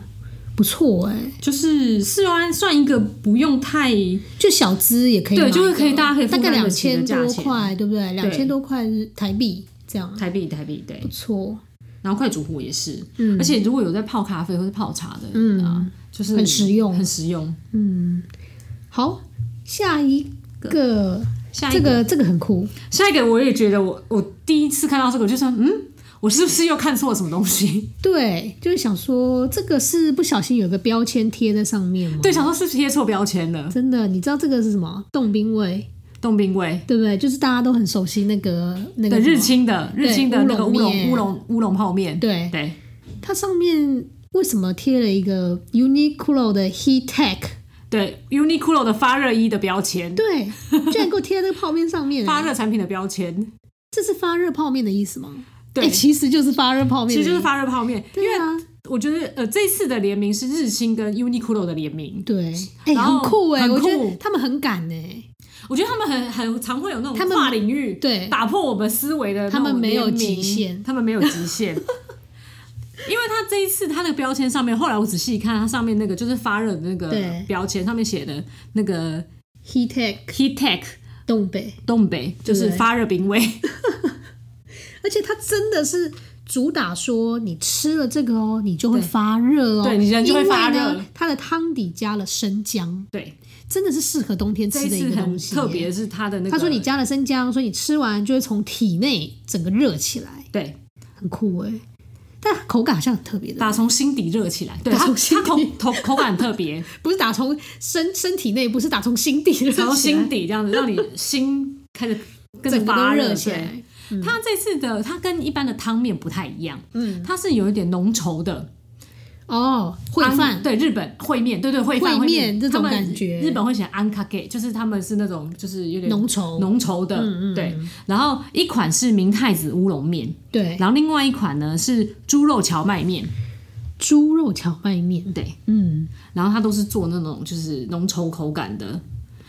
A: 不错哎。
B: 就是四六安算一个不用太
A: 就小资也可以买
B: 对
A: 一个，
B: 就是可以大家可以负
A: 大
B: 担
A: 概两
B: 得起的
A: 千
B: 价
A: 多
B: 钱
A: 块，对不对？两千多块日台币这样，
B: 台币台币对
A: 不，错，
B: 然后快煮壶也是，
A: 嗯
B: 而且如果有在泡咖啡或者泡茶的，
A: 嗯
B: 啊，就是
A: 很实用
B: 很实用。
A: 嗯，好，下一个，
B: 下一
A: 这个这个很酷，
B: 下一个我也觉得我我第一次看到这个，我就说嗯，我是不是又看错了什么 东西？
A: 对，就是想说这个是不小心有个标签贴在上面吗？
B: 对，想说是不是贴错标签了，
A: 真的，你知道这个是什么？冻冰味，
B: 冻冰味
A: 对不对？就是大家都很熟悉那个那个
B: 的日
A: 什么，
B: 清的日清的那个乌
A: 乌龙
B: 龙
A: 面
B: 乌龙乌龙泡面，
A: 对，
B: 对，
A: 它上面为什么贴了一个 Uniqlo 的 Heat Tech？
B: 对 Uniqlo 的发热衣的标签，
A: 对，居然给我贴在那个泡面上面，
B: 发热产品的标签，
A: 这是发热泡面的意思吗？
B: 对
A: 欸，其实就是发热泡面
B: 其
A: 的
B: 实
A: 意思，
B: 就是发热泡面，因为
A: 对啊，
B: 我觉得呃，这次的联名是日清跟 Uniqlo 的联名，
A: 对，哎、
B: 然
A: 很
B: 后
A: 酷哎、
B: 很
A: 我觉
B: 酷
A: 得他们很敢哎、
B: 我觉得他们很很常会有那
A: 他
B: 种
A: 们
B: 跨领域，
A: 对
B: 打破我们思维的那种
A: 他们没有
B: 联名
A: 极限
B: 他们没有极限。 因为他这一次他那个标签上面，后来我仔细一看，它上面那个就是发热的那个
A: 对
B: 标签上面写的那个
A: Heat Tech
B: Heat Tech
A: 东北，
B: 东北，就是
A: 对
B: 发热 冰威，
A: 而且它真的是主打说你吃了这个哦，你就会
B: 对
A: 发热哦，
B: 对你人就会发热
A: 因为呢。它的汤底加了生姜，
B: 对，
A: 真的是适合冬天
B: 这
A: 吃
B: 一
A: 的一
B: 次
A: 个
B: 很
A: 东西耶。
B: 特别，是他的那个
A: 他说你加了生姜，所以你吃完就会从体内整个热起来，
B: 对，
A: 很酷哎、但口感好像很特别的，
B: 打从心底热起来，对
A: 打
B: 他
A: 从心
B: 他口口口感很特别，
A: 不是打从身身体内，不是 打从心底热起来，
B: 然后心底这样子，让你心开始跟着
A: 整个都
B: 发
A: 热
B: 热
A: 起
B: 对
A: 来。嗯
B: 它这次的它跟一般的汤面不太一样，嗯，它是有一点浓稠的
A: 哦，烩
B: 安
A: 饭
B: 对日本烩面，对对烩饭
A: 烩面这种
B: 他们
A: 感觉
B: 日本会写安卡给，就是他们是那种就是有点
A: 浓嗯稠，
B: 浓稠的，对。然后一款是明太子乌龙面，
A: 对，
B: 然后另外一款呢是猪肉荞麦面，
A: 猪肉荞麦面，
B: 对。
A: 嗯，
B: 然后它都是做那种就是浓稠口感的，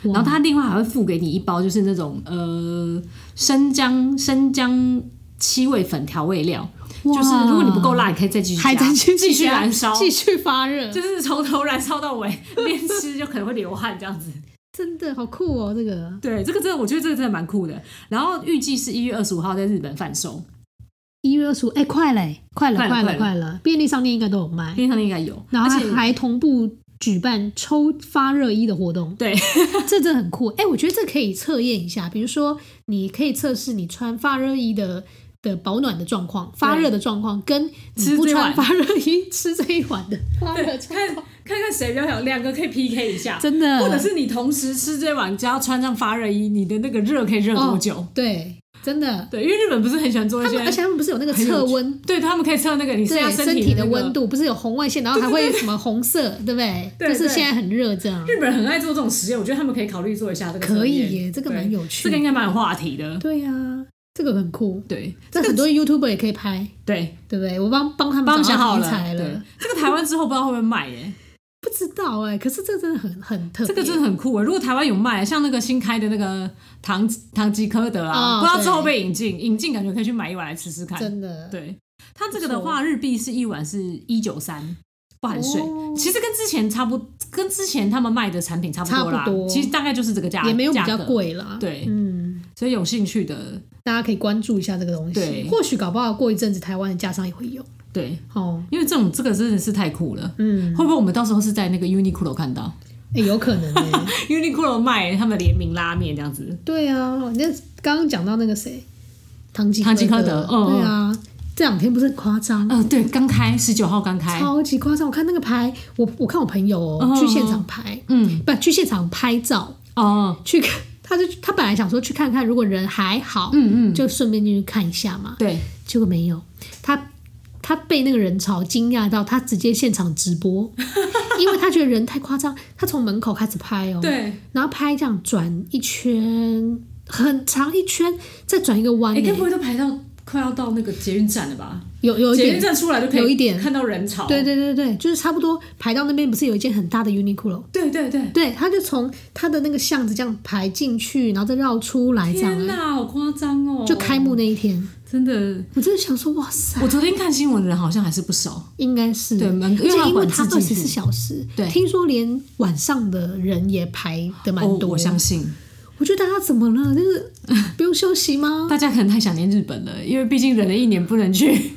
A: 哇
B: 然后它另外还会附给你一包就是那种呃生姜生姜七味粉调味料，
A: 哇
B: 就是如果你不够辣，你可以再继续
A: 还
B: 加
A: 在继
B: 继续
A: 加
B: 燃烧，
A: 继续发热，
B: 就是从头燃烧到尾， 边吃就可能会流汗这样子。
A: 真的好酷哦，这个
B: 对，这个真的我觉得这个真的蛮酷的。嗯然后预计是一月二十五号在日本贩售，
A: 一月二十五，哎，快嘞，快了，
B: 快
A: 快
B: 了快
A: 了，
B: 了嗯
A: 快了，便利商店应该都有卖，
B: 冰上应该有，
A: 然后
B: 而
A: 它
B: 且
A: 还同步举办抽发热衣的活动，
B: 对
A: 这真的很酷。哎、我觉得这可以测验一下，比如说你可以测试你穿发热衣的的保暖的状况、发热的状况，跟你
B: 吃
A: 不
B: 这
A: 穿
B: 碗
A: 发热衣吃这一碗的发热状
B: 看
A: 况，
B: 看看谁比较有，两个可以 PK 一下，
A: 真的，
B: 或者是你同时吃这碗，只要穿上发热衣，你的那个热可以热多久？
A: 对，真的，
B: 对，因为日本不是很喜欢做一
A: 他
B: 些
A: 们，而且他们不是有那个
B: 很有
A: 测
B: 趣
A: 温。
B: 对他们可以测那个你现在
A: 对身
B: 体
A: 体的
B: 那个
A: 温。度，不是有红外 线，然后还会什么红色，对不对？
B: 对
A: 就是
B: 对
A: 现在很热这样。
B: 日本人很爱做这种实验，我觉得他们可以考虑做一下这个。
A: 可以耶，这个蛮
B: 对
A: 有趣
B: 这个应
A: 的。
B: 该蛮有话题的。
A: 对呀、这个很酷。
B: 对
A: 这很多 YouTuber 也可以拍，
B: 对，
A: 对不对？我帮帮他们
B: 帮我们
A: 找
B: 想
A: 到
B: 好
A: 题
B: 了。
A: 材
B: 对
A: 了。，
B: 这个台湾之后不知道会不会卖 耶？
A: 不知道哎、可是这真的很很特别。
B: 这个真的很酷哎！如果台湾有卖，像那个新开的那个唐唐吉诃德
A: 哦
B: 啊，不知道之后
A: 对
B: 被引进，引进感觉可以去买一碗来吃吃看。
A: 真的
B: 对，它这个的话，日币是一碗是一九三，不含税。
A: 哦
B: 其实跟之前差不，跟之前他们卖的产品差不多啦。
A: 差不多
B: 其实大概就是这个价，
A: 也没有比
B: 价
A: 较
B: 格。
A: 贵啦。
B: 对
A: 嗯，
B: 所以有兴趣的，
A: 大家可以关注一下这个东西，
B: 对
A: 或许搞不好过一阵子台湾的架上也会有。
B: 对，
A: 哦，
B: 因为这种这个真的是太酷了。
A: 嗯，
B: 会不会我们到时候是在那个 Uniqlo 看到
A: 哎、有可能哎、
B: Uniqlo 卖他们联名拉面这样子？
A: 对啊，那刚刚讲到那个谁，唐吉
B: 唐吉
A: 诃
B: 诃德嗯
A: 对啊，这两天不是很夸张。
B: 嗯、对，刚开十九号刚开，
A: 超级夸张！我看那个拍，我我看我朋友哦、
B: 嗯
A: 去现场拍，
B: 嗯，
A: 不去现场拍照，
B: 哦，
A: 去看，他就他本来想说去看看，如果人还好，
B: 嗯嗯，
A: 就顺便进去看一下嘛。
B: 对，
A: 结果没有，他他被那个人潮惊讶到，他直接现场直 播，因为他觉得人太夸张，他从门口开始拍哦，，
B: 对，哎
A: 然后拍这样转一圈，很长一圈，再转一个弯、
B: 哎、
A: 欸
B: 该不会都排到快要到那个捷运站了吧？
A: 有有一
B: 捷运
A: 点，
B: 站出来就可以
A: 有一点
B: 看到人潮。
A: 对对对对，就是差不多排到那边，不是有一间很大的 Uniqlo。
B: 对对对，
A: 对，他就从他的那个巷子这样排进去，然后再绕出来这样啊
B: 天，哪，好夸张哦！
A: 就开幕那一天，
B: 真的，
A: 我真的想说，哇塞，
B: 我昨天看新闻的人好像还是不少。
A: 应该是
B: 对蛮
A: 而且
B: 因为它
A: 因为
B: 管
A: 它
B: 制
A: 二
B: 进
A: 十
B: 去
A: 四小时，
B: 对
A: 听说连晚上的人也排的蛮
B: 哦，
A: 多。
B: 我相信
A: 我觉得大家怎么了？就是不用休息 吗？
B: 大家可能太想念日本了，因为毕竟忍了一年不能去。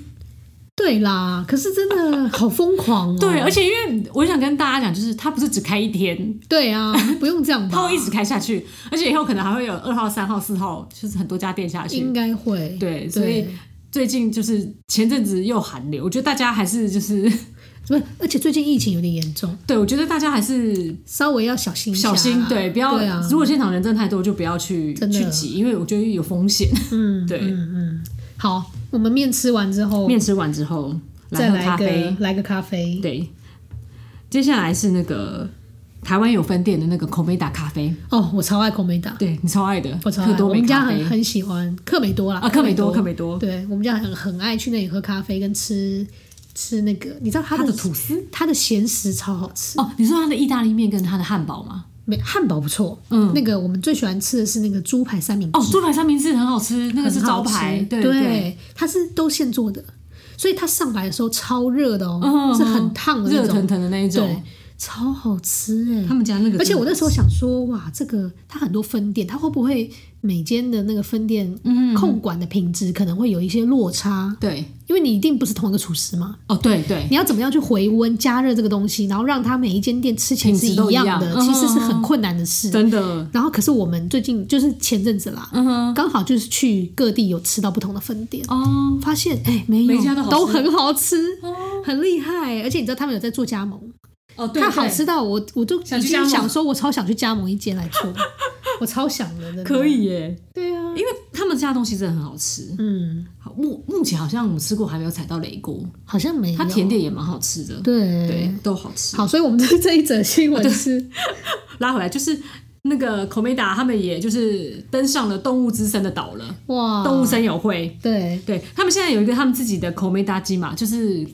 A: 对啦，可是真的好疯狂哦。
B: 对，啊而且因为我想跟大家讲，就是它不是只开一天，
A: 对啊， 不用这样
B: 它
A: 吧
B: 会一，直开下去，而且以后可能还会有二号、三号、四号，就是很多家店下
A: 应
B: 去。
A: 该会。
B: 对，所以
A: 对，
B: 最近就是前阵子又寒流，我觉得大家还是就是，
A: 不是，而且最近疫情有点严重，
B: 对我觉得大家还是
A: 稍微要小心一下
B: 小
A: 啦
B: 心，对，不要。
A: 对啊，
B: 如果现场人真的太多，就不要去
A: 真的
B: 去挤，因为我觉得有风险。
A: 嗯，
B: 对
A: 嗯嗯，好，我们面吃完之后，
B: 面吃完之后，
A: 再
B: 喝
A: 来
B: 咖
A: 一
B: 啡
A: 个。来个咖啡，
B: 对，接下来是那个台湾有分店的那个 Comeda 咖啡，
A: 哦，我超爱孔美达，
B: 对你超爱的，
A: 我超
B: 克
A: 爱，
B: 多
A: 我
B: 美
A: 们家
B: 咖
A: 很
B: 啡
A: 很喜欢克美多啦，
B: 啊，克美多，克美多，
A: 对我们家很很爱去那里喝咖啡跟吃吃那个，你知道它
B: 它
A: 的
B: 的吐司
A: 它的咸食超好吃，
B: 哦，你说它的意大利面跟它的汉堡吗？
A: 没汉堡不错，
B: 嗯
A: 那个我们最喜欢吃的是那个猪排三明治，
B: 哦，猪排三明治很好吃，那个是
A: 很
B: 招
A: 好吃
B: 牌，对对，
A: 对，它是都现做的，所以它上来的时候超热的哦，
B: 嗯
A: 是很烫的那
B: 热腾
A: 种，
B: 腾的那一
A: 对
B: 种，，
A: 超好吃哎、
B: 他们家那个，
A: 而且我那时候想说，哇，这个它很多分店，它会不会每间的那个分店
B: 嗯
A: 控管的品质可能会有一些落差？
B: 对，
A: 因为你一定不是同一个厨师嘛，
B: 哦对对，
A: 你要怎么样去回温加热这个东西，然后让它每一间店吃起来是
B: 品质都一
A: 样的，
B: 样嗯
A: 其实是很困难的事。
B: 真的，
A: 然后可是我们最近就是前阵子啦，
B: 嗯哼，
A: 刚好就是去各地有吃到不同的分店，
B: 哦，
A: 发现哎、没有
B: 每一家都好吃
A: 很好吃，
B: 哦
A: 很厉害，而且你知道他们有在做加盟。
B: 哦，对，
A: 它好
B: 对
A: 吃到我，我就已
B: 想去
A: 经
B: 加盟
A: 想说，我超想去加盟一间来做，我超想的，真的
B: 可。以耶，
A: 对啊，
B: 因为他们家的东西真的很好吃。
A: 嗯，
B: 好目目前好像我们吃过还没有踩到雷锅，
A: 好像没有。
B: 它甜点也蛮好吃的，
A: 对
B: 对，都好吃。
A: 好，所以我们这这一则新 闻是、
B: 拉回来就是那个 Komeda 他们也就是登上了动物之森的岛了，
A: 哇，
B: 动物森友会。
A: 对
B: 对他们现在有一个他们自己的 Komeda 基嘛，就是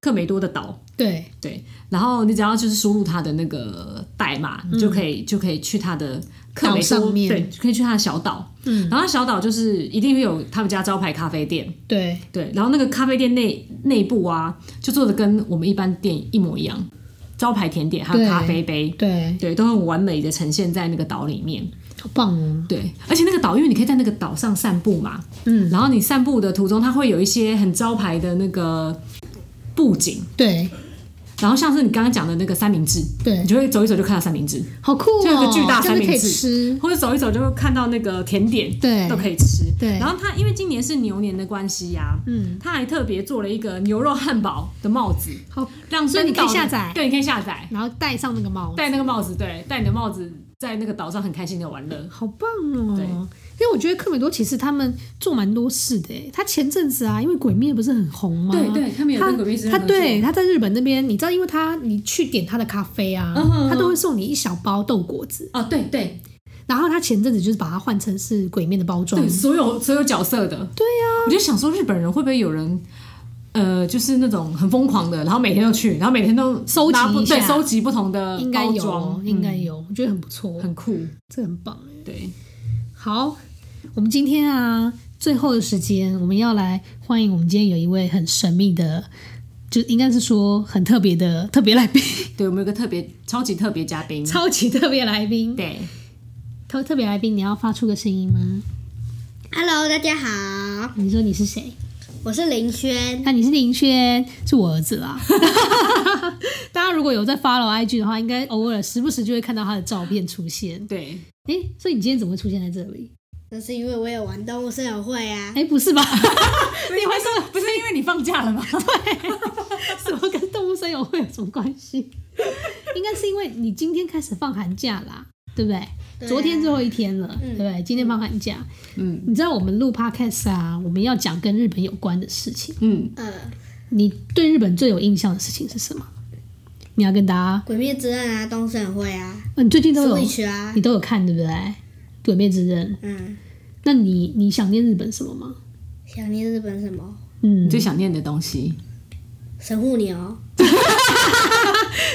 B: 克梅多的岛。
A: 对
B: 对，然后你只要就是输入它的那个代码，你就可以、就可以去它的克
A: 嗯岛
B: 梅
A: 上
B: 多，
A: 面
B: 对，可以去它的小岛。
A: 嗯，
B: 然后小岛就是一定会有他们家招牌咖啡店，
A: 对，
B: 对，然后那个咖啡店内内部啊，就做的跟我们一般店一模一样，招牌甜点还有
A: 对
B: 咖啡杯，
A: 对，
B: 对，都很完美的呈现在那个岛里面。
A: 好棒哦！
B: 对，而且那个岛，因为你可以在那个岛上散步嘛，
A: 嗯，
B: 然后你散步的途中，它会有一些很招牌的那个布景，
A: 对
B: 然后像是你刚刚讲的那个三明治，
A: 对
B: 你，就会走一走就看到三明治，
A: 好酷哦！
B: 就有个巨大
A: 这样
B: 三
A: 就
B: 明
A: 可以
B: 治
A: 吃，
B: 或者走一走就会看到那个甜点，
A: 对
B: 都可以吃。
A: 对
B: 然后它因为今年是牛年的关系呀、
A: 嗯，
B: 他还特别做了一个牛肉汉堡的帽子，
A: 好，
B: 让
A: 所以你
B: 登岛
A: 可以下
B: 的
A: 载
B: 对，你可以下载，
A: 然后戴上那个帽子，
B: 戴那个帽子，对，戴你的帽子在那个岛上很开心的玩乐。
A: 好棒哦！
B: 对
A: 因为我觉得科美多其实他们做蛮多事的耶，他前阵子啊，因为《鬼灭》不是很红吗？
B: 对对他们有跟鬼灭之刃
A: 他
B: 合作
A: 对他在日本那边，你知道，因为他你去点他的咖啡啊，
B: 嗯哼
A: 他都会送你一小包豆果子，
B: 哦，对对
A: 然后他前阵子就是把它换成是《鬼灭》的包装
B: 对，，所有所有角色的，嗯对呀、我就想说日本人会不会有人。呃，就是那种很疯狂的，然后每天都去，然后每天都
A: 收集
B: 拿不
A: 一下
B: 对，收集不同的
A: 应该
B: 包
A: 有
B: 装，嗯
A: 应该有，我觉得很不错，
B: 很酷。
A: 这很棒耶。
B: 对，
A: 好，我们今天啊，最后的时间，我们要来欢迎我们今天有一位很神秘的，就应该是说很特别的特别来宾，
B: 对我们有个特别超级特别嘉 宾，
A: 超级特别来宾。
B: 对，
A: 特特别来宾，你要发出个声音吗？
C: Hello，大家好，
A: 你说你是谁？
C: 我是林轩。
A: 那、你是林轩，是我儿子啦。 大家如果有在 follow IG 的话，应该偶尔时不时就会看到他的照片出现。
B: 对，
A: 诶，所以你今天怎么会出现在这里？
C: 那是因为我有玩动物森友会啊，
A: 诶，不是吧？
B: 你会说不是因为你放假 了吗？
A: 什么跟动物森友会有什么关系？应该是因为你今天开始放寒假啦，对不对？
C: 对啊
A: 昨天最后一天了，对
C: 嗯
A: 不对？今天放寒假，
B: 嗯
A: 你知道我们录 podcast 啊，我们要讲跟日本有关的事情。
B: 嗯，
C: 嗯，《
A: 你对日本最有印象的事情是什么？你要跟大家，
C: 鬼灭之刃》啊，《动物森友会》啊，
A: 呃你最近都有，
C: Switch 啊
A: 你都有看对不对？《鬼灭之刃》，
C: 嗯，
A: 那你你想念日本什么吗？
C: 想念日本什么？
A: 嗯
B: 你，最想念的东西，
C: 神户牛，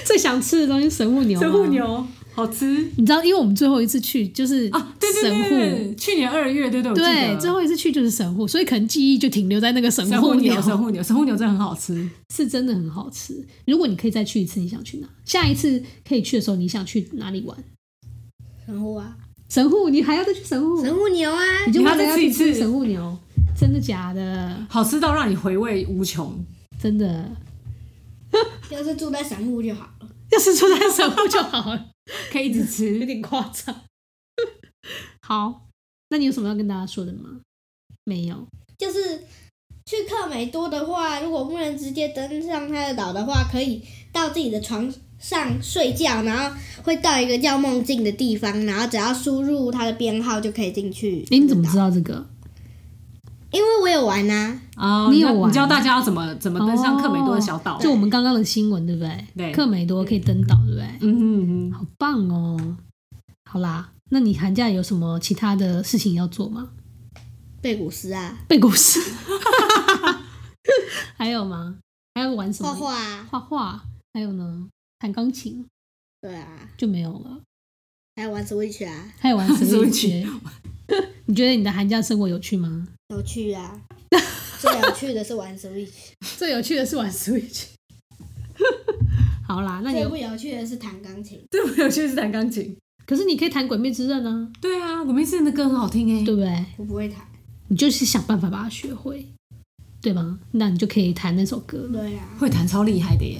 A: 最想吃的东西是神户牛，
B: 神户。牛好吃
A: 你知道，因为我们最后一次去就是
B: 啊！对对
A: 神
B: 对
A: 户，
B: 对对，去年二月对对，我记
A: 对，
B: 得
A: 最后一次去就是神户，所以可能记忆就停留在那个神
B: 神
A: 户
B: 户
A: 牛
B: 牛，，神户牛，神户牛真的很好吃。
A: 是真的很好吃。如果你可以再去一次，你想去哪？下一次可以去的时候，你想去哪里玩？
C: 神户啊，
A: 神户，你还要再去神户？
C: 神户牛啊，
A: 哦你就
B: 你还
A: 为了
B: 要再
A: 要
B: 吃一
A: 去吃
B: 次
A: 神户牛，真的假的？
B: 好吃到让你回味无穷，
A: 真的，
C: 要是住在神户就好了。
A: 要是住在神户就好了，
B: 可以一直
A: 有
B: 吃。
A: 点夸张。好，那你有什么要跟大家说的吗？没有，
C: 就是去克美多的话，如果不能直接登上他的岛的话，可以到自己的床上睡觉，然后会到一个叫梦境的地方，然后只要输入他的编号就可以进去。
A: 哎诶，你怎么知？道这个？
C: 因为我有玩啊。
B: 啊！
A: 你有
B: 要
A: 玩哦
B: 你教大家要怎么怎么登上克美多的小岛？嗯
A: 就我们刚刚的新闻，对不对？
B: 对
A: 克美多可以登岛，对不对？
B: 嗯嗯嗯，
A: 好棒哦！好啦，那你寒假有什么其他的事情要做吗？
C: 贝古斯啊，
A: 背古 诗，还有吗？还有玩什么？
C: 画画啊，
A: 画画，还有呢？弹钢琴
C: 对啊，
A: 就没有了，
C: 还有玩 Switch 啊，
A: 还有 玩
B: Switch
A: Switch。你觉得你的寒假生活有趣吗？
C: 有趣啊。 最有趣的是玩 Switch，
A: 最有趣的是玩 Switch。好啦，那你
C: 最
A: 有
C: 不有趣的是弹钢琴。
B: 对，我有去是弹钢琴。
A: 可是你可以弹《鬼灭之刃》啊，
B: 对啊，我们之前的歌很好听哎。
A: 对不对？
C: 我不会弹。
A: 你就是想办法把它学会，对吗？那你就可以弹那首歌了。
C: 对啊，
B: 会弹超厉害的耶，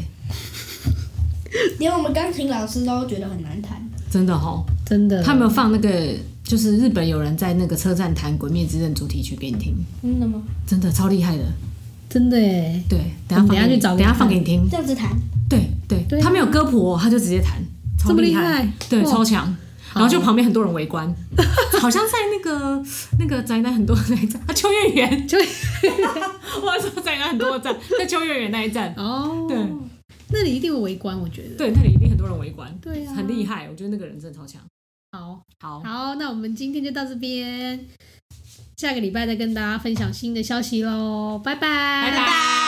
C: 连我们钢琴老师都觉得很难弹。
B: 真的哦。
A: 真的，
B: 他们有放那个，就是日本有人在那个车站弹《鬼灭之刃》主题曲给你听，
C: 真的吗？
B: 真的超厉害的。
A: 真的哎，
B: 对，等下
A: 等一下
B: 放给
A: 去
B: 你
A: 找
B: 等
A: 给
B: 下
A: 你
B: 放给你听。
C: 这样子弹。
B: 对对，
A: 对啊
B: 他没有歌谱哦，他就直接弹，超
A: 这么厉
B: 害
A: 害，
B: 对，
A: 哇
B: 超强。然后就旁边很多人 围观，好像在那个那个宅男很多那一站 啊，秋叶 原，
A: 秋叶
B: 我说宅男很多 站，在秋叶原那一站，
A: 哦，
B: 对，
A: 那里一定有围观，我觉得。
B: 对，那里一定很多人围观，
A: 对啊
B: 很厉害，我觉得那个人真的超强。
A: 好，
B: 好，
A: 好，那我们今天就到这边，下个礼拜再跟大家分享新的消息喽，拜拜，
B: 拜拜。